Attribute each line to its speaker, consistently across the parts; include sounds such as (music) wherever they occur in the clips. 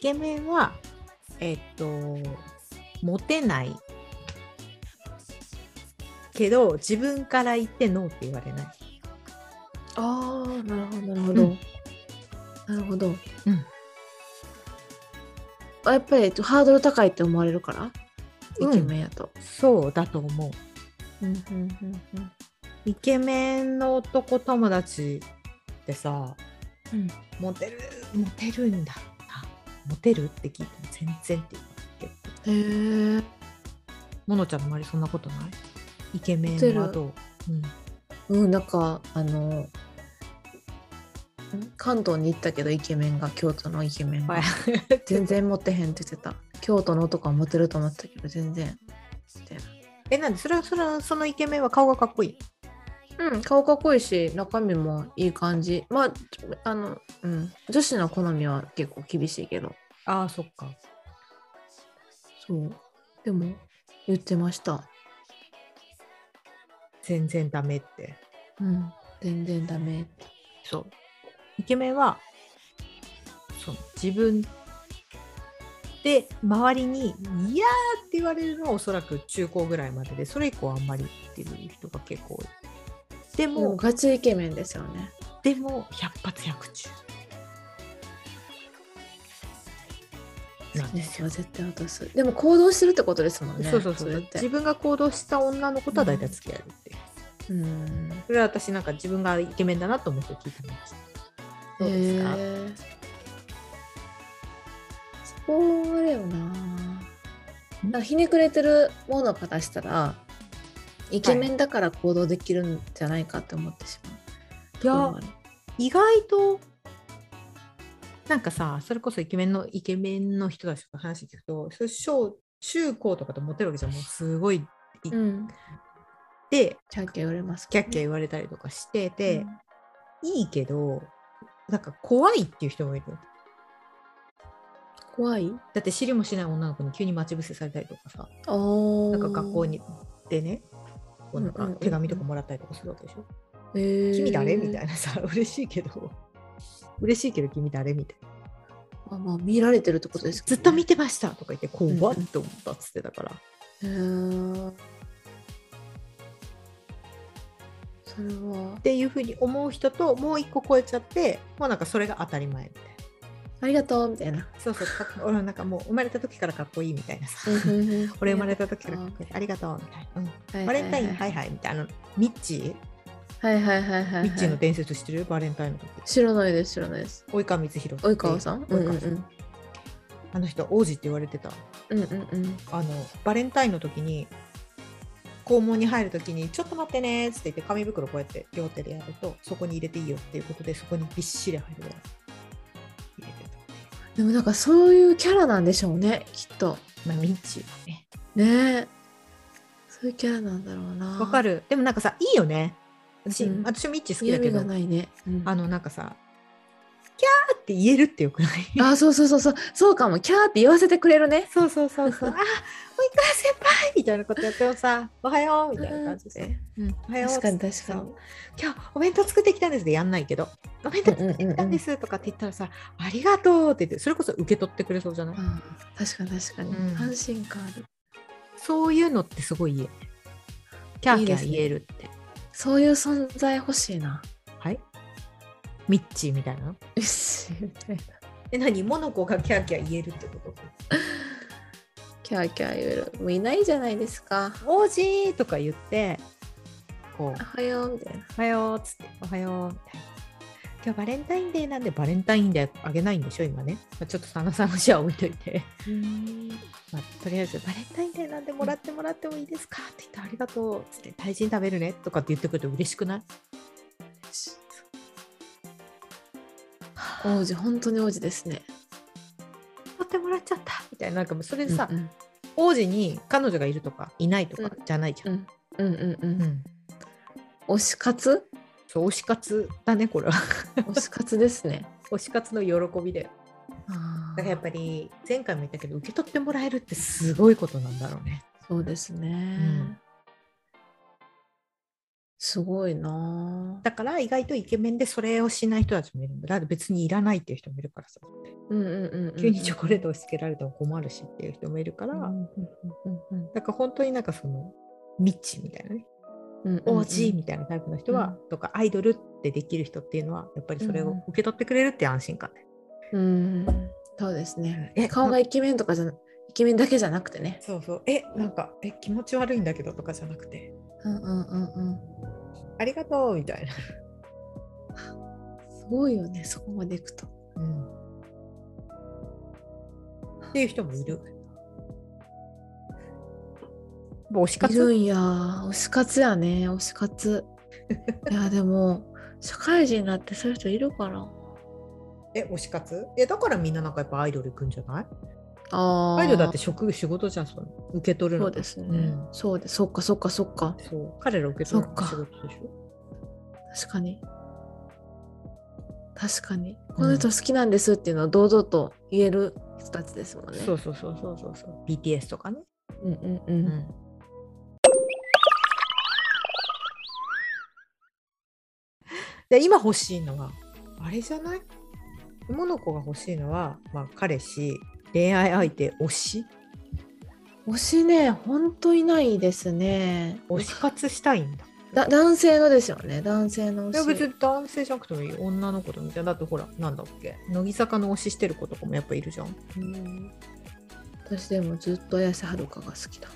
Speaker 1: ケメンは、えっと、モテない。けど、自分から言ってノーって言われない。
Speaker 2: ああ、なるほど、なるほ
Speaker 1: うん
Speaker 2: ど。なるほど。
Speaker 1: うん
Speaker 2: あ。やっぱりハードル高いって思われるから、
Speaker 1: うん
Speaker 2: イケメンやと。
Speaker 1: そうだと思う。
Speaker 2: うん、うん、うん、うん。
Speaker 1: イケメンの男友達ってさ、
Speaker 2: うん
Speaker 1: モテる、モテるんだな。モテるって聞いても全然って言う。
Speaker 2: へえ。
Speaker 1: モノちゃんの周りそんなことないイケメ
Speaker 2: モテ
Speaker 1: ン
Speaker 2: る
Speaker 1: はどう、うん、
Speaker 2: うん、なんか、あの、ん関東に行ったけどイケメンが京都のイケメンが全然モテへんって言ってた京都の男はモテると思ってたけど全然みたい
Speaker 1: え、なんでそれはそれはそのイケメンは顔がかっこいい。
Speaker 2: なうん顔かっこいいし中身もいい感じまああの、うん、女子の好みは結構厳しいけど
Speaker 1: ああ、そっか。
Speaker 2: そう。でも、言ってました。
Speaker 1: 全然ダメって。
Speaker 2: うん。全然ダメって。
Speaker 1: そう。イケメンは、そう自分で周りに「いやー」って言われるのはおそらく中高ぐらいまででそれ以降あんまりっていう人が結構多い。で
Speaker 2: もう
Speaker 1: も、
Speaker 2: ガチイケメンですよね。
Speaker 1: でも百発百中。なん
Speaker 2: で
Speaker 1: です
Speaker 2: すよ、絶対落とす。でも行動してるってことですもんね。
Speaker 1: そうそうそう
Speaker 2: れっ
Speaker 1: 自
Speaker 2: て。
Speaker 1: 分が行動した女の子とは大体付き合えるっていう、
Speaker 2: うん。
Speaker 1: それは私なんか自分がイケメンだなと思って聞いてましたどうですか、
Speaker 2: へーそうだよな。なんかひねくれてるものからしたら、イケメンだから行動できるんじゃないかって思ってしまう。
Speaker 1: いや意外となんかさそれこそイケメンのイケメンの人たちの話聞くとそう小中高とかとモテるわけじゃんもうすごい
Speaker 2: うん。
Speaker 1: で
Speaker 2: キャッキャ言われます
Speaker 1: キ
Speaker 2: け
Speaker 1: ャ
Speaker 2: ど
Speaker 1: ッ
Speaker 2: ね、
Speaker 1: キャ言われたりとかしてて、いいけどなんか怖いっていう人もいるよ
Speaker 2: うん怖い
Speaker 1: だって知りもしない女の子に急に待ち伏せされたりとかさ
Speaker 2: あー
Speaker 1: なんか学校にでねこうなん
Speaker 2: うん
Speaker 1: か
Speaker 2: うんうんうん
Speaker 1: 手紙とかもらったりとかするわけでしょ、君
Speaker 2: 君
Speaker 1: 誰みた
Speaker 2: い
Speaker 1: いな (laughs) さ嬉しいけど嬉しいけど君誰みたいな
Speaker 2: な。まあ、見られてるってことです
Speaker 1: ずっと見
Speaker 2: て。
Speaker 1: てましたとか言って怖
Speaker 2: うんう
Speaker 1: っ
Speaker 2: ん
Speaker 1: と思ったっつってたから、
Speaker 2: へーそれは
Speaker 1: っ。ていうふうに思う人ともう一個超えちゃってもうなんかそれが当たり前みたいな
Speaker 2: ありがとうみたいな。
Speaker 1: そうそうかっ (laughs) 俺はなんかもう生まれた時からかっこいいみたいなさ俺生まれた時からかっこいいありがとうみたいな、
Speaker 2: た
Speaker 1: うん、バレンタインはいはいみたいなミッチー
Speaker 2: はいはいはいはい。
Speaker 1: ミッチーの伝説知ってるバレンタインの時
Speaker 2: 知らないです、知らないです。
Speaker 1: 及川光弘って
Speaker 2: 及川さん
Speaker 1: 及川さんあの人王子って言われてた
Speaker 2: うんうんうん。
Speaker 1: あのバレンタインの時に校門に入る時に「ちょっと待ってね」っつって言って紙袋こうやって両手でやるとそこに入れていいよっていうことでそこにびっしり入るぐらい入れて
Speaker 2: でもなんかそういうキャラなんでしょうね、きっと。
Speaker 1: たまあミッチーはね
Speaker 2: ねえ。そういうキャラなんだろうな。
Speaker 1: わか
Speaker 2: る。
Speaker 1: るでもなんかさいいよね私、
Speaker 2: うん
Speaker 1: 私もミッチー好き
Speaker 2: 嫌
Speaker 1: だ
Speaker 2: 味
Speaker 1: けど
Speaker 2: がないね。うん
Speaker 1: あのなんかさ「キャー」って言えるってよくない
Speaker 2: あ、そうそうそうそう。そうかも。キャーって言わせてくれるね。
Speaker 1: そうそうそう (laughs) そうあ及川先輩みたいなことやってもさ「おはよう」みたいな感じ
Speaker 2: (laughs) う
Speaker 1: で「うんおはよう」
Speaker 2: 確かに確かに。
Speaker 1: 今日お弁当作ってきたんですでやんないけど「お弁当作ってきたんです」とかって言ったらさ「ありがとう」って言ってそれこそ受け取ってくれそうじゃない、
Speaker 2: ああ確かに確かに、
Speaker 1: うん
Speaker 2: 安心感ある
Speaker 1: そういうのってすごいいいよねキャーキャー言えるって
Speaker 2: そういう存在欲しいな
Speaker 1: はいミッチーみたいな
Speaker 2: うっしーみたいな
Speaker 1: え何モノコがキャーキャー言えるってこと
Speaker 2: (laughs) キャーキャー言えるもういないじゃないですか
Speaker 1: 王子とか言って、こう、
Speaker 2: おはようみたいな
Speaker 1: おはようっつって、おはようみたいな。今日バレンタインデーなんでバレンタインデーあげないんでしょ、今ね。まあちょっと佐野さんの視野は置いといて、まあ、とりあえずバレンタインデーなんでもらってもらってもいいですかって言って、ありがとうっつって、大人食べるねとかって言ってくると嬉しくない
Speaker 2: 王子本当に王子ですね
Speaker 1: 取ってもらっちゃったみたいな、なんかもうそれでさ、
Speaker 2: うん
Speaker 1: 王子に彼女がいるとかいないとかじゃないじゃん。
Speaker 2: うんうんうんう
Speaker 1: うんん
Speaker 2: うん推
Speaker 1: (laughs)
Speaker 2: し活
Speaker 1: そう推し活だねこれは (laughs)
Speaker 2: 推し活ですね
Speaker 1: 推し活の喜びだよ
Speaker 2: あ
Speaker 1: だ
Speaker 2: あ
Speaker 1: からやっぱり前回も言ったけど受け取ってもらえるってすごいことなんだろうね。
Speaker 2: そうですね、
Speaker 1: ん
Speaker 2: すごいな
Speaker 1: だから意外とイケメンでそれをしない人たちもいるんだだって別にいらないっていう人もいるからさ
Speaker 2: うんうんうんうん
Speaker 1: 急にチョコレートを押し付けられても困るしっていう人もいるから、
Speaker 2: うんうんうん
Speaker 1: だから本当になんかその未知みたいなね
Speaker 2: うんうん
Speaker 1: OG みたいなタイプの人は、とかアイドルってできる人っていうのはやっぱりそれを受け取ってくれるって安心感ね、
Speaker 2: うんそうですね
Speaker 1: え
Speaker 2: 顔がイケメンとかじゃなイケメンだけじゃなくてね
Speaker 1: そうそうえなんかえ気持ち悪いんだけどとかじゃなくて
Speaker 2: うんうんうんうん
Speaker 1: ありがとうみたいな、
Speaker 2: すごいよねそこまでいくと
Speaker 1: っていう人もいる推し
Speaker 2: いるんや推し活やね推し活いやでも社会人になってそういう人いるかな
Speaker 1: え推し活いやだからみんななんかやっぱアイドル行くんじゃない
Speaker 2: あー
Speaker 1: アイドルだって職仕事じゃんその受け取るの
Speaker 2: そうですね、
Speaker 1: うん
Speaker 2: そうでそっかそっかそっか
Speaker 1: そう彼ら受け取るのが仕
Speaker 2: そ
Speaker 1: 事でしょ
Speaker 2: 確かに確かにこの人好きなんですっていうのを堂々と言える人たちですもんね、
Speaker 1: そうそうそうそうそうそう BTS とかね、
Speaker 2: うんうんうん、
Speaker 1: で今欲しいのはあれじゃないモノコが欲しいのは、まあ、彼氏恋愛相手推し
Speaker 2: 推しねほんといないですね
Speaker 1: 推し活したいんだ
Speaker 2: だ男性のですよね男性の
Speaker 1: いや
Speaker 2: 推
Speaker 1: 別
Speaker 2: し
Speaker 1: に男性じゃなくてもいい女の子とみたいなだってほらなんだっけ乃木坂の推ししてる子とかもやっぱいるじゃん
Speaker 2: うん私でもずっと綾瀬はるかが好きだ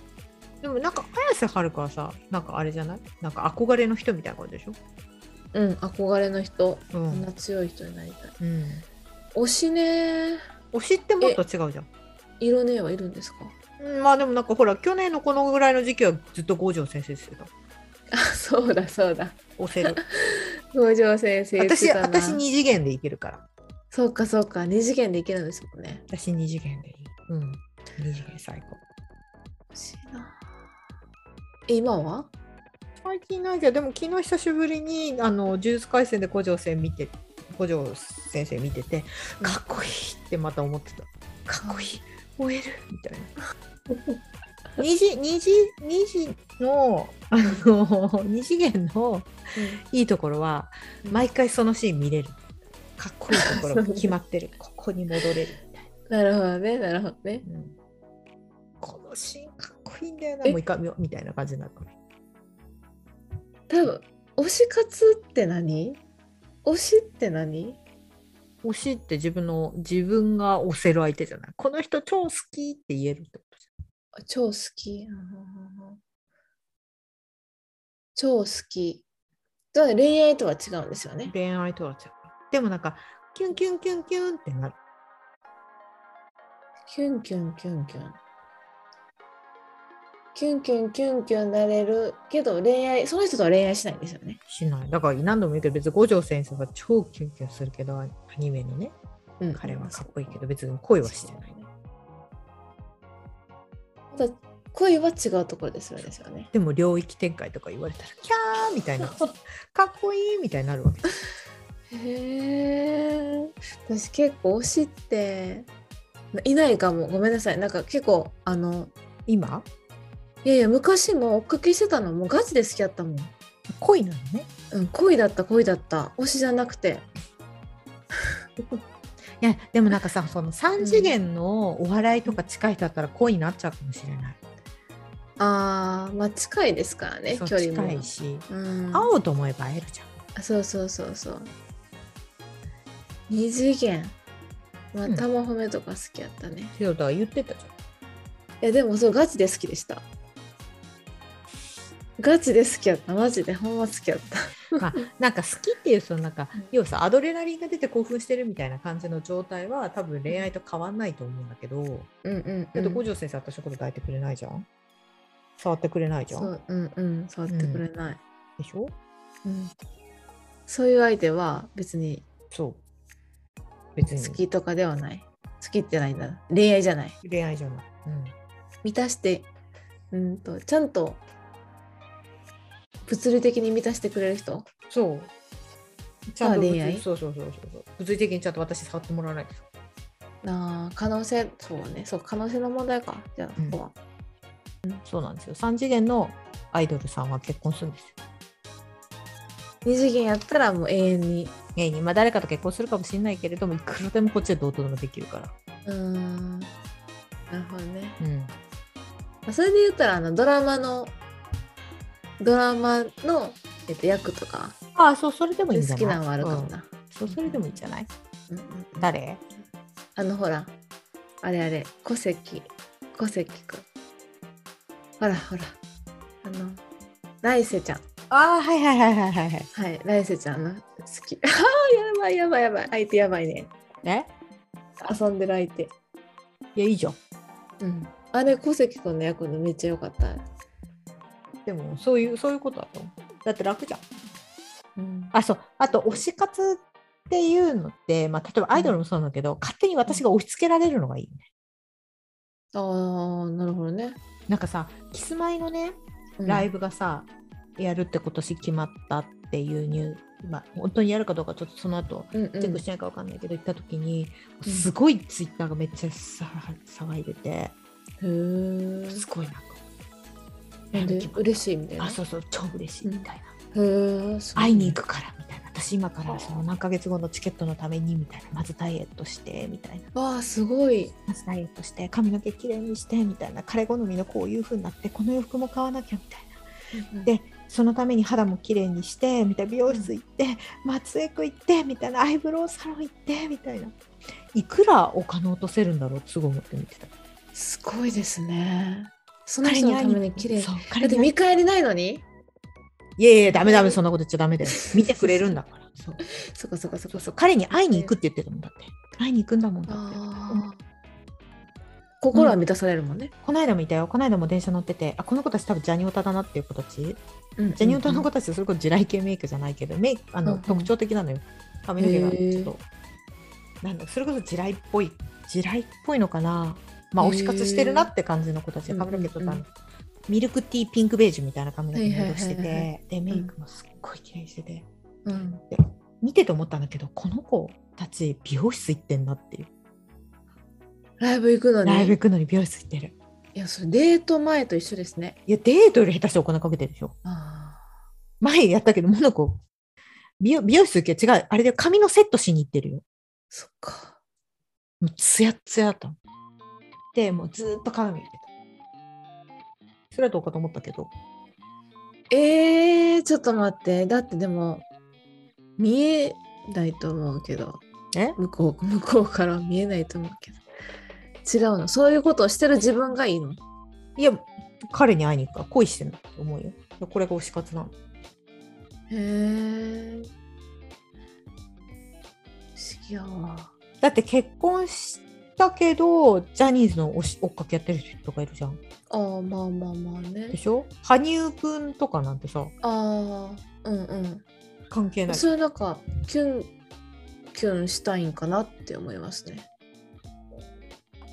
Speaker 1: でもなんか綾瀬はるかはさなんかあれじゃないなんか憧れの人みたいな感じでしょ
Speaker 2: うん憧れの人
Speaker 1: う
Speaker 2: こん
Speaker 1: ん
Speaker 2: な、強い人になりたい
Speaker 1: うん、
Speaker 2: 推しね
Speaker 1: 推しってもっと違うじゃん
Speaker 2: 色ねはいるんですか
Speaker 1: うんまあでもなんかほら去年のこのぐらいの時期はずっと五条先生してた
Speaker 2: あ (laughs) そうだそうだ
Speaker 1: 推せ (laughs) る
Speaker 2: 五条先生言って
Speaker 1: 私
Speaker 2: たな
Speaker 1: 私二次元でいけるから
Speaker 2: そうかそうか二次元でいけるんですもんね
Speaker 1: 私二次元でいいうん二次元最高
Speaker 2: 欲しいなえ今は
Speaker 1: 最近ないけどでも昨日久しぶりにあの呪術廻戦で五条先生見て五条先生見てて
Speaker 2: うん
Speaker 1: かっこいいってまた思ってたかっこいい燃えるみたい
Speaker 2: (laughs)
Speaker 1: な二次二次二次のあの二次元のいいところは
Speaker 2: うん
Speaker 1: 毎回そのシーン見れるかっこいいとこ
Speaker 2: (laughs) そ
Speaker 1: ろ
Speaker 2: うね
Speaker 1: 決まってるここに戻れるみたい
Speaker 2: なるほどねなるほどね
Speaker 1: な、このシーンかっこいいんだよな
Speaker 2: え
Speaker 1: もう一回見ようみたいな感じになるから
Speaker 2: 多分推し活って何推しって何
Speaker 1: 推しって自分の自分が推せる相手じゃないこの人超好きって言えるってことじ
Speaker 2: 超好き超好きだから恋愛とは違うんですよ
Speaker 1: ゃん
Speaker 2: ね
Speaker 1: 恋愛とは違うでもなんかキュンキュンキュンキュンってなる
Speaker 2: キュンキュンキュンキュンキュンキュンキュンキュンなれるけど恋愛その人とは恋愛しないんですよね
Speaker 1: しないだから何度も言うけど別に五条先生は超キュンキュンするけどアニメのね
Speaker 2: うん
Speaker 1: 彼はかっこいいけど別に恋はしてない
Speaker 2: ただ恋は違うところでするんですよね
Speaker 1: でも領域展開とか言われたらキャーみたいなかっこいいみたいになるわけ
Speaker 2: へえ私結構推しっていないかもごめんなさいなんか結構あの
Speaker 1: 今
Speaker 2: いやいや昔も追っかけしてたのもうガチで好きだったもん、
Speaker 1: 恋なのね
Speaker 2: うん、恋だった恋だった推しじゃなくて
Speaker 1: いやでもなんかさその3次元のお笑いとか近い人だったら恋になっちゃうかもしれない、
Speaker 2: あーまあ近いですからね
Speaker 1: そう
Speaker 2: 距離も
Speaker 1: 近いし
Speaker 2: うん、
Speaker 1: 会おうと思えば会えるじゃん
Speaker 2: そうそうそうそう二次元まあ
Speaker 1: うん
Speaker 2: 玉褒めとか好きやったね、い
Speaker 1: ひろたが言ってたじ
Speaker 2: やでもそうガチで好きでしたガチで好きやったマジでほんま好きやった
Speaker 1: ゃん、まあ、なんか好きっていうそのなんか
Speaker 2: うん
Speaker 1: 要はさアドレナリンが出て興奮してるみたいな感じの状態は多分恋愛と変わんないと思うんだけど
Speaker 2: うんうん、
Speaker 1: だ
Speaker 2: う
Speaker 1: って
Speaker 2: ん、
Speaker 1: 五条先生私のこと抱いてくれないじゃん触ってくれないじゃ
Speaker 2: そ
Speaker 1: ん
Speaker 2: ううんうん触ってくれない、
Speaker 1: でしょ
Speaker 2: うんそういう相手は別に
Speaker 1: そう別に
Speaker 2: 好きとかではない好きってないんだ恋愛じゃない
Speaker 1: 恋愛じゃない、うん
Speaker 2: 満たしてうんとちゃんと物理的に満たしてくれる人
Speaker 1: そう。ちゃんと
Speaker 2: 恋愛
Speaker 1: そうそうそうそうそう。物理的にちゃんと私触ってもらわないでしょ。
Speaker 2: あー可能性そうねそう可能性の問題かじゃあこ
Speaker 1: うん
Speaker 2: こは、
Speaker 1: そうなんですよ。三次元のアイドルさんは結婚するんですよ。
Speaker 2: 二次元やったらもう永遠に
Speaker 1: ええまあ、誰かと結婚するかもしれないけれどもいくらでもこっちでどうとでもできるから、
Speaker 2: うーんなるほどね
Speaker 1: うん、
Speaker 2: まあそれで言ったらあのドラマのドラマの、えっと、役とか
Speaker 1: ああそうそれでもいいんじ
Speaker 2: 好
Speaker 1: ゃない
Speaker 2: きなのはあるかも
Speaker 1: うん
Speaker 2: な、
Speaker 1: そうそれでもいいんじゃない
Speaker 2: うんうんうん
Speaker 1: 誰
Speaker 2: あのほらあれあれ小関小関くんほらほらあの来世ちゃん
Speaker 1: ああはいはいはいはいはいはい
Speaker 2: はい来世ちゃんの好き (laughs) あーやばいやばいやばい相手やばいね
Speaker 1: え
Speaker 2: 遊んでる相手
Speaker 1: いやいいじゃん
Speaker 2: うんあれ小関くんの役のめっちゃ良かった
Speaker 1: でもそういうそういうことだと思うだって楽じゃん
Speaker 2: うん
Speaker 1: あそうあと推し活っていうのって、まあ、例えばアイドルもそうなんだけど、勝手に私が押し付けられるのがいいね
Speaker 2: あーなるほどね、
Speaker 1: なんかさキスマイのねライブがさ、やるって今年決まったっていうニューまあ本当にやるかどうかちょっとその後
Speaker 2: ブ、うんうん
Speaker 1: チェックしないかわかんないけど、行った時に
Speaker 2: うん
Speaker 1: すごいツイッターがめっちゃさ騒いでて、
Speaker 2: へー
Speaker 1: すごいなんか
Speaker 2: なんで嬉しいみたいな。
Speaker 1: あそうそう超嬉しいみたいな、
Speaker 2: へーすごい
Speaker 1: 会いに行くからみたいな私今からその何ヶ月後のチケットのためにみたいなまずダイエットしてみたいな
Speaker 2: わあ、すごい。
Speaker 1: まずダイエットして髪の毛きれいにしてみたいな彼好みのこういう風になってこの洋服も買わなきゃみたいなでそのために肌もきれいにしてみたいな美容室行って、松江区行ってみたいなアイブロウサロン行ってみたいないくらお金落とせるんだろうってすごい思って見てた
Speaker 2: すごいですね。その人のために綺麗。だ
Speaker 1: そう彼
Speaker 2: って
Speaker 1: に
Speaker 2: 見返りないのに。
Speaker 1: いやいやダメダメそんなこと言っちゃダメだよ見てくれるんだからそう
Speaker 2: (laughs) そっかそっかそ
Speaker 1: そ
Speaker 2: っか
Speaker 1: うそう彼に会いに行くって言ってたもんだって会いに行くんだもんだって
Speaker 2: あー心は満たされるもんね。
Speaker 1: この間もいたよこの間も電車乗っててあこの子たち多分ジャニオタだなっていう子たち
Speaker 2: うん
Speaker 1: ジャニオタの子たちってそれこそ地雷系メイクじゃないけどメイクあの、
Speaker 2: うんうん
Speaker 1: 特徴的なのよ髪の毛が
Speaker 2: へー
Speaker 1: ちょっとなんだそれこそ地雷っぽい地雷っぽいのかなまあ
Speaker 2: へー
Speaker 1: 推し活してるなって感じの子たちで髪の毛とか、
Speaker 2: うんうんうん
Speaker 1: ミルクティーピンクベージュみたいな髪の毛の色してて、
Speaker 2: はいはいはいは
Speaker 1: でメイクもすっごい綺麗にしてて、
Speaker 2: うん
Speaker 1: 見てて思ったんだけどこの子たち美容室行ってんなっていう
Speaker 2: ライブ行くの
Speaker 1: ライブ
Speaker 2: に。
Speaker 1: 行くのに美容室行ってる
Speaker 2: いや、それデート前と一緒ですね。
Speaker 1: いやデートより下手してお金かけてるでしょ
Speaker 2: あ
Speaker 1: 前やったけどモノコ美容美容室行け違うあれで髪のセットしに行ってるよ
Speaker 2: ーそっか。
Speaker 1: もうツヤッツヤだったの。で、もうずーっと鏡見てた。それはどうかと思ったけど。
Speaker 2: えー、ちょっと待って。だってでも、見えないと思うけど。
Speaker 1: え
Speaker 2: 向こう向こうからは見えないと思うけど違うのそういうことをしてる自分がいいの
Speaker 1: いや、彼に会いに行くから恋してんだと思うよ。これが推し活なの。
Speaker 2: へえ不思議やわ
Speaker 1: だって結婚したけど、ジャニーズの推し追っかけやってる人とかいるじゃん。
Speaker 2: あーまあまあまあ
Speaker 1: で
Speaker 2: ね
Speaker 1: しょ羽生くんとかなんてさ、
Speaker 2: ああうんうん、
Speaker 1: 関係ない。
Speaker 2: それなんかキュンキュンしたいんかなって思いますね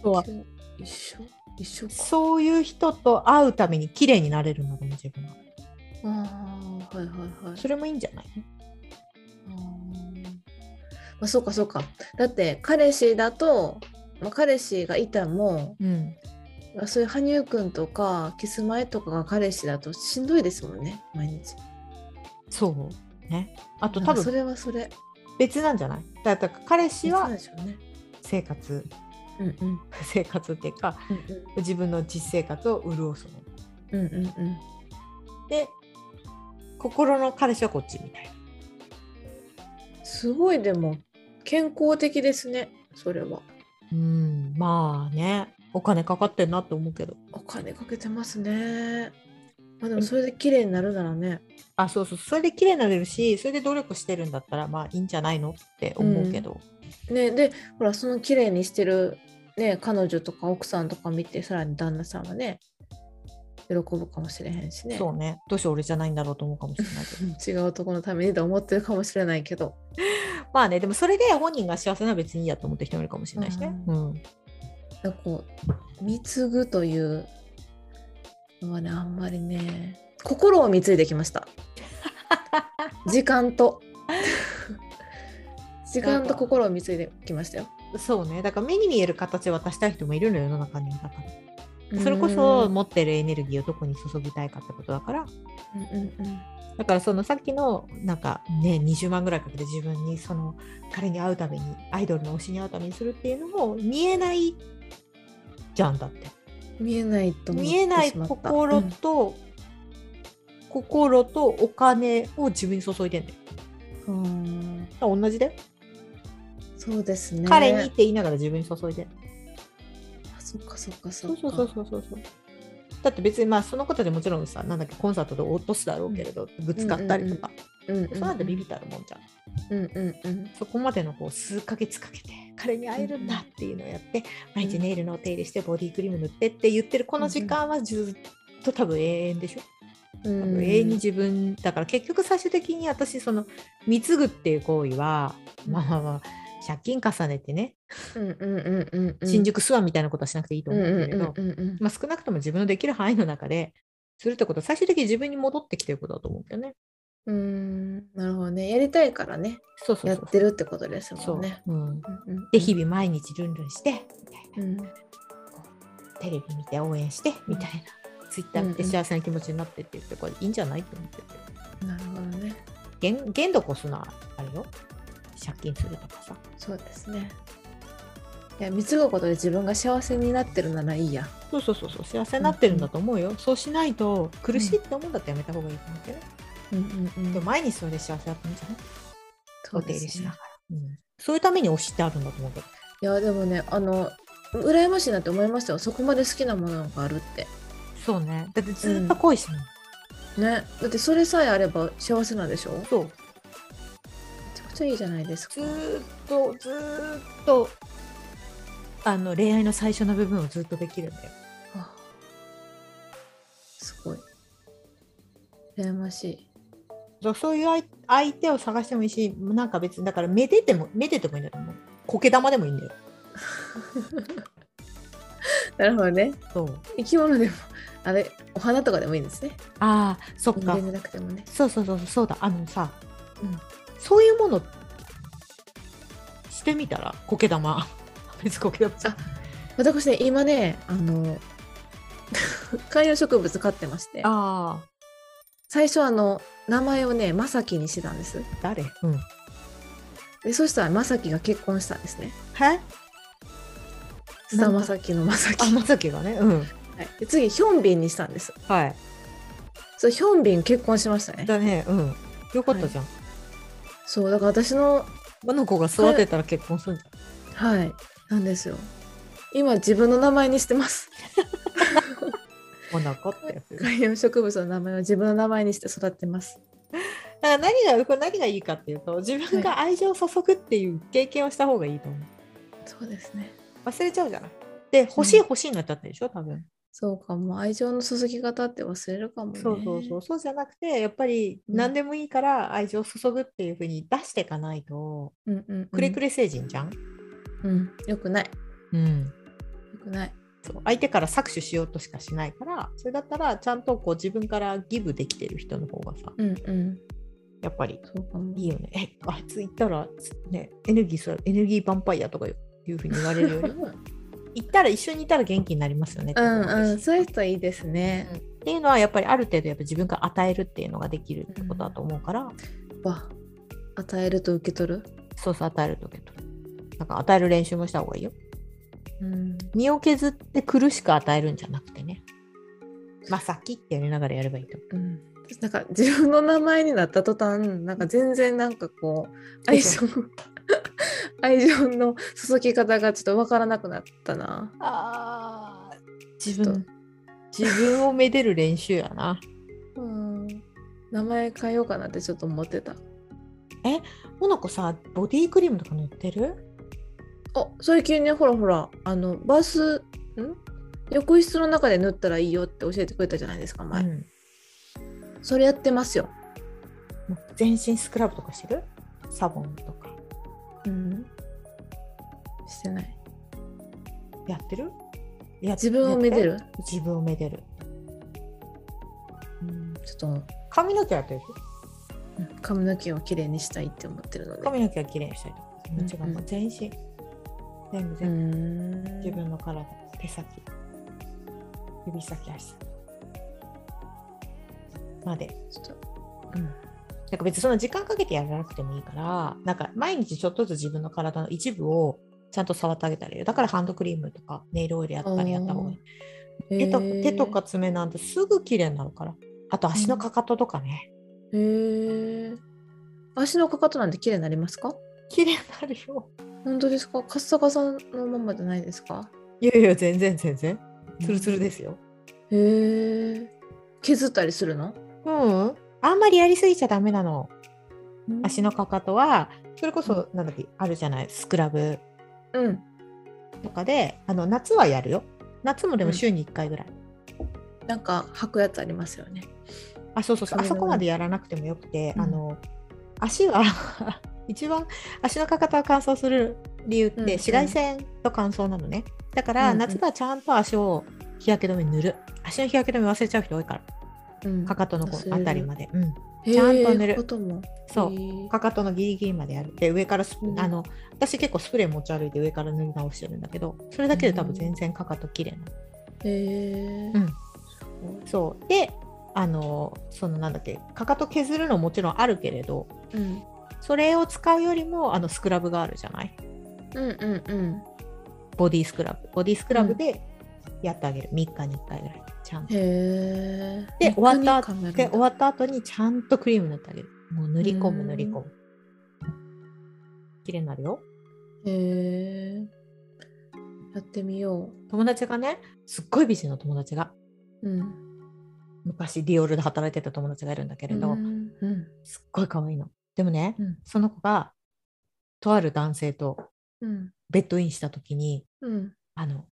Speaker 1: とは
Speaker 2: キュン一緒一緒か
Speaker 1: そういう人と会うために綺麗になれるんだと思う、自分は。
Speaker 2: ああはいはいはい
Speaker 1: それもいいんじゃない
Speaker 2: あーまあ、そうかそうかだって彼氏だと、まあ、彼氏がいたも
Speaker 1: うん。
Speaker 2: まあそういう羽生くんとかキスマイとかが彼氏だとしんどいですもんね毎日
Speaker 1: そう。ね。あと
Speaker 2: な
Speaker 1: 多
Speaker 2: んかそ
Speaker 1: 分
Speaker 2: れはそれ
Speaker 1: 別なんじゃないだから彼氏
Speaker 2: そう
Speaker 1: は
Speaker 2: でしょうね
Speaker 1: 生活 (laughs)
Speaker 2: うんうん
Speaker 1: 生活っていうか自分の実生活を潤すの
Speaker 2: うんうんうんうん
Speaker 1: で心の彼氏はこっちみたいな
Speaker 2: すごいでも健康的ですねそれは
Speaker 1: うんまあねお金かかってんなって思うけど
Speaker 2: お金かけてますねまあでもそれで綺麗になるならね
Speaker 1: あそうそうそれで綺麗になれるしそれで努力してるんだったらまあいいんじゃないのって思うけど、
Speaker 2: ねでほらその綺麗にしてる、ね、彼女とか奥さんとか見てさらに旦那さんはね喜ぶかもしれへんしね
Speaker 1: そうねどうして俺じゃないんだろうと思うかもしれないけど
Speaker 2: 違う男のためにと思ってるかもしれないけど
Speaker 1: まあねでもそれで本人が幸せなら別にいいやと思ってる人もいるかもしれないしね、
Speaker 2: う
Speaker 1: うん、
Speaker 2: なんかこう貢ぐというのはねあんまりね心を貢いできました
Speaker 1: (laughs)
Speaker 2: 時間と時間と心を貢いできましたよ
Speaker 1: そうねだから目に見える形で渡したい人もいるのよ世の中にはだからそれこそ持ってるエネルギーをどこに注ぎたいかってことだから
Speaker 2: うんうんうん
Speaker 1: だからそのさっきのなんかね20万ぐらいかけて自分にその彼に会うためにアイドルの推しに会うためにするっていうのも見えないじゃんだって
Speaker 2: 見えないと思って
Speaker 1: 見えない
Speaker 2: しまった
Speaker 1: 心
Speaker 2: うん
Speaker 1: と、心とお金を自分に注いでんだよ
Speaker 2: うん
Speaker 1: だから同じだよ、
Speaker 2: そうですね
Speaker 1: 彼にって言いながら自分に注いでん
Speaker 2: あそっかそっかそ
Speaker 1: そ
Speaker 2: っ
Speaker 1: う
Speaker 2: か
Speaker 1: そうそうそうそうそうだって別にまあその子たちもちろんさなんだっけコンサートで落とすだろうけれど、ぶつかったりとか、
Speaker 2: うんうん
Speaker 1: そうなんてビビったるもんじゃん
Speaker 2: うんうんうん
Speaker 1: そこまでのこう数ヶ月かけて彼に会えるんだっていうのをやって、毎日ネイルのお手入れしてボディクリーム塗ってって言ってるこの時間はずっと多分永遠でしょ、
Speaker 2: うん
Speaker 1: 多
Speaker 2: うん
Speaker 1: 分永遠に自分だから結局最終的に私その貢ぐっていう行為は、まあまあまあ借金重ねてね
Speaker 2: うんうんうんうんうん
Speaker 1: 新宿諏訪みたいなことはしなくていいと
Speaker 2: うん
Speaker 1: 思うんだ
Speaker 2: う
Speaker 1: け
Speaker 2: ん
Speaker 1: ど、
Speaker 2: うんうんうん
Speaker 1: まあ、少なくとも自分のできる範囲の中でするってことは最終的に自分に戻ってきてることだと思うんだよね。
Speaker 2: うーんなるほどねやりたいからね
Speaker 1: そうそう
Speaker 2: や
Speaker 1: そう
Speaker 2: ってるってことです
Speaker 1: そ
Speaker 2: もん
Speaker 1: う、
Speaker 2: ね
Speaker 1: うん、
Speaker 2: うんうんうん
Speaker 1: で日々毎日ルンルンしてみたいな。
Speaker 2: うん
Speaker 1: テレビ見て応援してみたいな、ツイッター見て幸せな気持ちになってって言って、これいいんじゃないと思ってて
Speaker 2: なるほどね
Speaker 1: 限限度こそなあれよ借金するとかさ
Speaker 2: そうですねいや貢ぐことで自分が幸せになってるならいいや
Speaker 1: そうそうそうそう幸せになってるんだと思うよ、そうしないと苦しいって思うんだったらやめた方がいいと思ってね、
Speaker 2: うんうんうん
Speaker 1: でも毎日それで幸せだったんじゃない
Speaker 2: そ
Speaker 1: お
Speaker 2: う
Speaker 1: 手
Speaker 2: で
Speaker 1: 入れし
Speaker 2: す
Speaker 1: な
Speaker 2: ね
Speaker 1: がら、うんそういうために推しってあるんだと思うけど
Speaker 2: いやでもねあの羨ましいなって思いましたよそこまで好きなものがあるって
Speaker 1: そうねだってずっと恋してる、
Speaker 2: ねだってそれさえあれば幸せなんでしょめ
Speaker 1: そう
Speaker 2: ちゃくちゃいいじゃないですか
Speaker 1: ずーっとずーっとあの恋愛の最初の部分をずっとできるんだよ
Speaker 2: あすごい羨まし (laughs) い
Speaker 1: そうそういう相相手を探してもいいし、なんか別に、だから、めでても、めでてもいいんだよ。もう苔玉でもいいんだよ。
Speaker 2: なるほどね
Speaker 1: そう。
Speaker 2: 生き物でもあれお花とかでもいいんですね
Speaker 1: ああ、そっ
Speaker 2: 人
Speaker 1: か
Speaker 2: 間。じゃなくてもね
Speaker 1: そうそうそう、そうだ。あのさ、うん、そういうもの、してみたら、苔玉。 (laughs) 別に苔玉じゃん。
Speaker 2: 私ね今ねあの (laughs) 観葉植物飼ってまして
Speaker 1: ああ、
Speaker 2: 最初あの名前をねまさきにしてたんです
Speaker 1: 誰うん。
Speaker 2: でそしたらまさきが結婚したんですね
Speaker 1: はい
Speaker 2: 須田まさきのまさき
Speaker 1: あ、まさきがね。うん。
Speaker 2: はいで次ヒョンビンにしたんです
Speaker 1: はい。
Speaker 2: そうヒョンビン結婚しましたね
Speaker 1: だね。うん。よかったじゃん。
Speaker 2: そうだから私の
Speaker 1: あの子が育てたら結婚するんじゃ
Speaker 2: はいなんですよ今自分の名前にしてます (laughs)
Speaker 1: ん。お腹ってやつ。だか
Speaker 2: 観葉植物の名前を自分の名前にして育ってます
Speaker 1: ら何が、これ何がいいかっていうと、自分が愛情を注ぐっていう経験をした方がいいと思う。
Speaker 2: そうですね
Speaker 1: 忘れちゃうじゃない。で、欲しい欲しいになっちゃったでしょ、多分。
Speaker 2: そうかも愛情の注ぎ方って忘れるかもね
Speaker 1: そうそうそう。そうじゃなくて、やっぱり
Speaker 2: うん
Speaker 1: 何でもいいから愛情を注ぐっていうふうに出していかないと、
Speaker 2: うんうん、うん、
Speaker 1: くれくれ成人じゃん。
Speaker 2: うんよくない
Speaker 1: うん。
Speaker 2: よくない
Speaker 1: そう相手から搾取しようとしかしないから、それだったらちゃんとこう自分からギブできてる人の方がさ、
Speaker 2: うんうん
Speaker 1: やっぱり
Speaker 2: そうかも
Speaker 1: いいよね。え、あいつ行ったら、ね、エネルギーそれエネルギーヴァンパイアとかいうふうに言われるよ
Speaker 2: (laughs)
Speaker 1: りも、行ったら一緒にいたら元気になりますよねって
Speaker 2: う
Speaker 1: 思うし。
Speaker 2: んうんそういう人いいですね、
Speaker 1: っていうのはやっぱりある程度やっぱ自分が与えるっていうのができるってことだと思うから、
Speaker 2: わ与えると受け取る
Speaker 1: そうそう与えるとけとなんか与える練習もした方がいいよ
Speaker 2: うん
Speaker 1: 身を削って苦しく与えるんじゃなくてねまあさっきってやりながらやればいいと思う
Speaker 2: うんなんか自分の名前になった途端なんか全然なんかこう
Speaker 1: (laughs)
Speaker 2: 愛情愛情の注ぎ方がちょっとわからなくなったな
Speaker 1: あ自
Speaker 2: ちょっ
Speaker 1: 分自分をめでる練習やな
Speaker 2: うん名前変えようかなってちょっと思ってた
Speaker 1: モナコさボディクリームとか塗ってる
Speaker 2: あ最近ねほらほらあのバスん浴室の中で塗ったらいいよって教えてくれたじゃないですか前、
Speaker 1: うん
Speaker 2: それやってますよ、
Speaker 1: もう全身スクラブとかしてるサボンとか
Speaker 2: うん、してない
Speaker 1: やってるや
Speaker 2: 自分をめで
Speaker 1: やっ
Speaker 2: る
Speaker 1: て自分をめでる
Speaker 2: うんちょっと
Speaker 1: 髪の毛やってるでしょ
Speaker 2: うん髪の毛をきれいにしたいって思ってるので
Speaker 1: 髪の毛は綺麗にしたりとか
Speaker 2: んうん
Speaker 1: もちろんもう全身全部全
Speaker 2: う
Speaker 1: 部、
Speaker 2: ん
Speaker 1: 自分の体手先指先足先まで
Speaker 2: ちょっと
Speaker 1: うんなんか別にその時間かけてやらなくてもいいから、なんか毎日ちょっとずつ自分の体の一部をちゃんと触ってあげたらいいよ。だからハンドクリームとかネイルオイルやったりやった方がいい。手と手とか爪なんてすぐ綺麗になるから。あと足のかかととかね。
Speaker 2: へえ足のかかとなんて綺麗になりますか
Speaker 1: 綺麗になるよ。
Speaker 2: 本当ですかカッサカサのままじゃないですか
Speaker 1: いやいや、全然全然。ツルツルですよ。
Speaker 2: へえ削ったりするの
Speaker 1: うん。あんまりやりすぎちゃダメなの。足のかかとは、それこそ、なんだっけ、あるじゃない、スクラブ
Speaker 2: うん
Speaker 1: とかで、あの夏はやるよ。夏もでも週に1回ぐらい。
Speaker 2: なんか履くやつありますよね
Speaker 1: あ、そうそうそう、あ
Speaker 2: 壁の
Speaker 1: そこまでやらなくてもよくて、
Speaker 2: うん
Speaker 1: あの足が (laughs) 一番足のかかとが乾燥する理由って
Speaker 2: うんうん
Speaker 1: 紫外線と乾燥なのね。だか
Speaker 2: うん
Speaker 1: ら
Speaker 2: うん
Speaker 1: 夏場はちゃんと足を日焼け止め塗る。足の日焼け止め忘れちゃう人多いから、
Speaker 2: うん
Speaker 1: かかとのこ
Speaker 2: 忘れ
Speaker 1: あ
Speaker 2: る
Speaker 1: たりまで。うん、
Speaker 2: へー
Speaker 1: ちゃんと塗る
Speaker 2: ことも
Speaker 1: そう
Speaker 2: へ。ー
Speaker 1: かかとのギリギリまでやる。で、上からスプ
Speaker 2: うん
Speaker 1: あの、私結構スプレー持ち歩いて上から塗り直してるんだけど、それだけで多分全然かかと綺麗なの
Speaker 2: へえ
Speaker 1: うんそう。で、あの、そのなんだっけ、かかと削るのもちろんあるけれど、
Speaker 2: うん
Speaker 1: それを使うよりもあのスクラブがあるじゃない
Speaker 2: うんうんうん
Speaker 1: ボディスクラブボディスクラブでやってあげる、3日に1回ぐらいちゃんと
Speaker 2: へえ
Speaker 1: で終わったで
Speaker 2: で
Speaker 1: 終わった後にちゃんとクリーム塗ってあげるもう塗り込む
Speaker 2: うん
Speaker 1: 塗り込む綺麗になるよ
Speaker 2: へえやってみよ
Speaker 1: 友達がねすっごい美人の友達が
Speaker 2: ううん
Speaker 1: 昔ディオールで働いてた友達がいるんだけれど、
Speaker 2: うんうん
Speaker 1: すっごい可愛いのでもね、
Speaker 2: うん
Speaker 1: その子がとある男性と
Speaker 2: うん
Speaker 1: ベッドインした時に
Speaker 2: うん
Speaker 1: あの、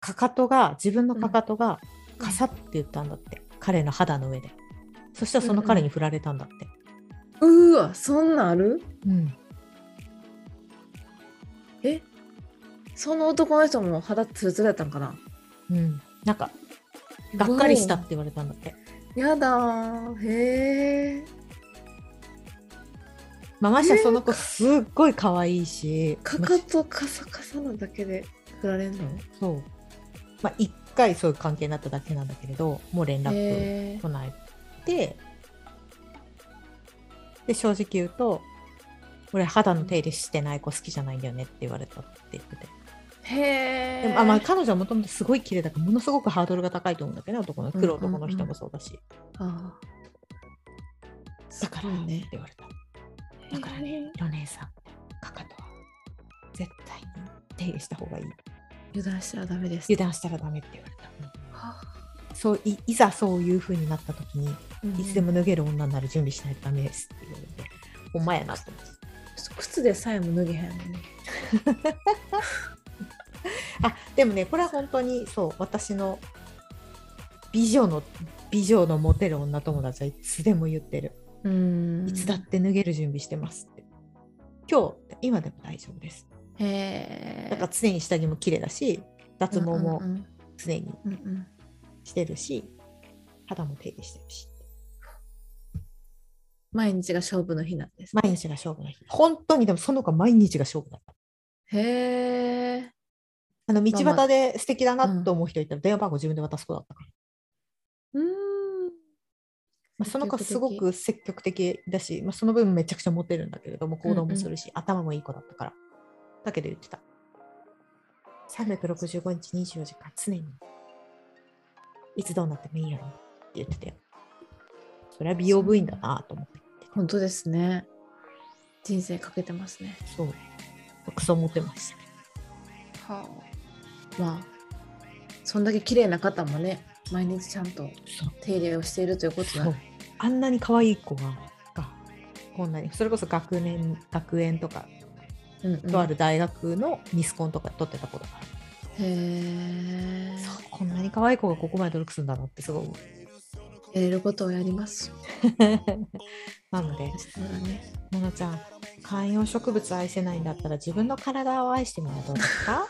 Speaker 1: かかとが、自分の
Speaker 2: うん
Speaker 1: かかとが、カサって言ったんだって、彼の肌の上で。そしたらその彼に振られたんだって。
Speaker 2: うーわそんなんある
Speaker 1: うん。
Speaker 2: えその男の人も肌ツルツルやったんかな
Speaker 1: うん。なんか、がっかりしたって言われたんだって。
Speaker 2: やだーへえ
Speaker 1: まあ、ましてやその子、すっごい可愛いし、
Speaker 2: か
Speaker 1: ま
Speaker 2: かとカサカサなだけで振られんの
Speaker 1: あそう。まあ、一回そういう関係になっただけなんだけれど、もう連絡
Speaker 2: へえ
Speaker 1: 来ないで、で、正直言うと、俺肌の手入れしてない子好きじゃないんだよねって言われたって言ってて。
Speaker 2: へ
Speaker 1: で
Speaker 2: え
Speaker 1: もあまあ、彼女はもともとすごい綺麗だからものすごくハードルが高いと思うんだけどね男の黒男の人もそうだし、
Speaker 2: あー
Speaker 1: だから
Speaker 2: すごい
Speaker 1: ねって
Speaker 2: ね
Speaker 1: 言われただからねお姉さんかかとは絶対に手入れした方がいい
Speaker 2: 油断したらダメです
Speaker 1: 油断したらダメって言われた、
Speaker 2: は
Speaker 1: そういいざそういう風になった時に
Speaker 2: うん
Speaker 1: いつでも脱げる女になる準備しないとダメですって言われてほんまやなと思って
Speaker 2: 靴でさえも脱げへんのに
Speaker 1: あでもねこれは本当にそう私の美女の美女のモテる女友達はいつでも言ってる
Speaker 2: うん
Speaker 1: いつだって脱げる準備してますって。今日、今でも大丈夫です。
Speaker 2: へえ
Speaker 1: だから常に下着も綺麗だし、脱毛も
Speaker 2: うんうん
Speaker 1: 常に
Speaker 2: うんうん
Speaker 1: してるし、肌も手入れしてるし、
Speaker 2: 毎日が勝負の日なんですね
Speaker 1: 毎日が勝負の日。本当にでもその子は毎日が勝負だった。
Speaker 2: へえ
Speaker 1: あの道
Speaker 2: まあま
Speaker 1: 端
Speaker 2: あ
Speaker 1: で素敵だなと思う人いたら電話番号自分で渡す子だったから。
Speaker 2: うん
Speaker 1: まあ、その子はすご
Speaker 2: 積極
Speaker 1: く積極的だし、まあ、その分めちゃくちゃモテるんだけれども、行動もするし、頭もいい子だったから。だけど言ってた。365日24時間常に。いつどうなってもいいようにって言ってたよ。それは美容部員だなと思って。
Speaker 2: 本当ですね人生かけてますね
Speaker 1: そう。クソモテました。
Speaker 2: はあまあそんだけ綺麗な方もね毎日ちゃんと
Speaker 1: そう。
Speaker 2: 手入れをしているということな
Speaker 1: そうあんなに可愛い子が、がこんなに、それこそ学年、学園とか、
Speaker 2: うんうん
Speaker 1: とある大学のミスコンとか取ってた子だから。
Speaker 2: へえ
Speaker 1: そうこんなに可愛い子がここまで努力するんだなってすごい思う
Speaker 2: (laughs) やれることをやります
Speaker 1: なので
Speaker 2: そうだね
Speaker 1: モナちゃん観葉植物愛せないんだったら自分の体を愛してみるのはどうです
Speaker 2: (laughs)
Speaker 1: か
Speaker 2: わ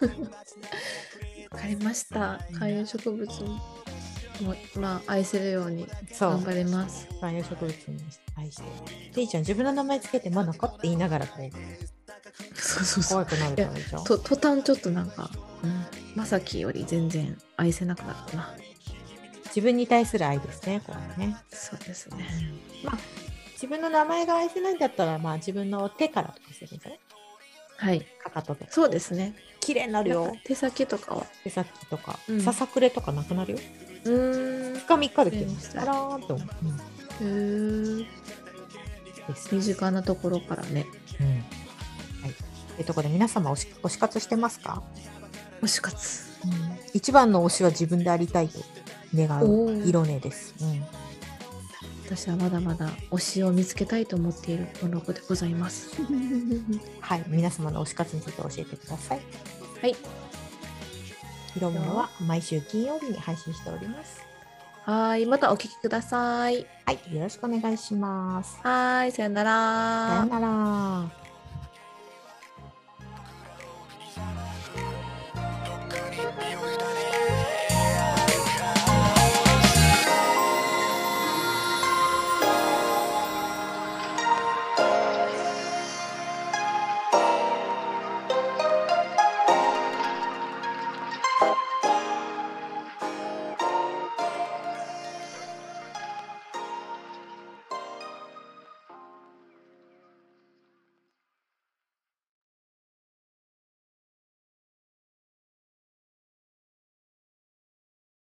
Speaker 2: かりました観葉植物もまあ愛せるように
Speaker 1: そ
Speaker 2: 頑
Speaker 1: う
Speaker 2: 張ります
Speaker 1: 観葉植物に愛してていちゃん自分の名前つけてマナコって言いながらこう
Speaker 2: そうそうそう
Speaker 1: 怖くなるからいいじゃん
Speaker 2: と途端ちょっとなんか、うん、まさきより全然愛せなくなったな
Speaker 1: 自分に対する愛ですね、これはね。
Speaker 2: そうですね。
Speaker 1: 自分の名前が愛せないんだったら、まあ自分の手からとかするんじゃない
Speaker 2: はい。
Speaker 1: かかととか。
Speaker 2: そうですね。
Speaker 1: 綺麗になるよ。
Speaker 2: 手先とかは。
Speaker 1: 手先とか、
Speaker 2: うん
Speaker 1: ささくれとかなくなるよ。
Speaker 2: うーん。
Speaker 1: 2日3日でき
Speaker 2: わかり
Speaker 1: ま
Speaker 2: まし
Speaker 1: す。
Speaker 2: た
Speaker 1: あらーんと思う。うん
Speaker 2: へー
Speaker 1: です
Speaker 2: 身近なところからね。
Speaker 1: うんはい。というところで皆様推し推し活してますか、
Speaker 2: 推し活。
Speaker 1: 一番の推しは自分でありたいと願
Speaker 2: お
Speaker 1: う
Speaker 2: ー
Speaker 1: 色音です。うん
Speaker 2: 私はまだまだ推しを見つけたいと思っているこの子でございます。
Speaker 1: はい、皆様の推し活について教えてください。
Speaker 2: はい。
Speaker 1: 色物は毎週金曜日に配信しております。
Speaker 2: はーい。またお聞きください。
Speaker 1: はい、よろしくお願いします。
Speaker 2: はーい。さよな
Speaker 1: さようなら。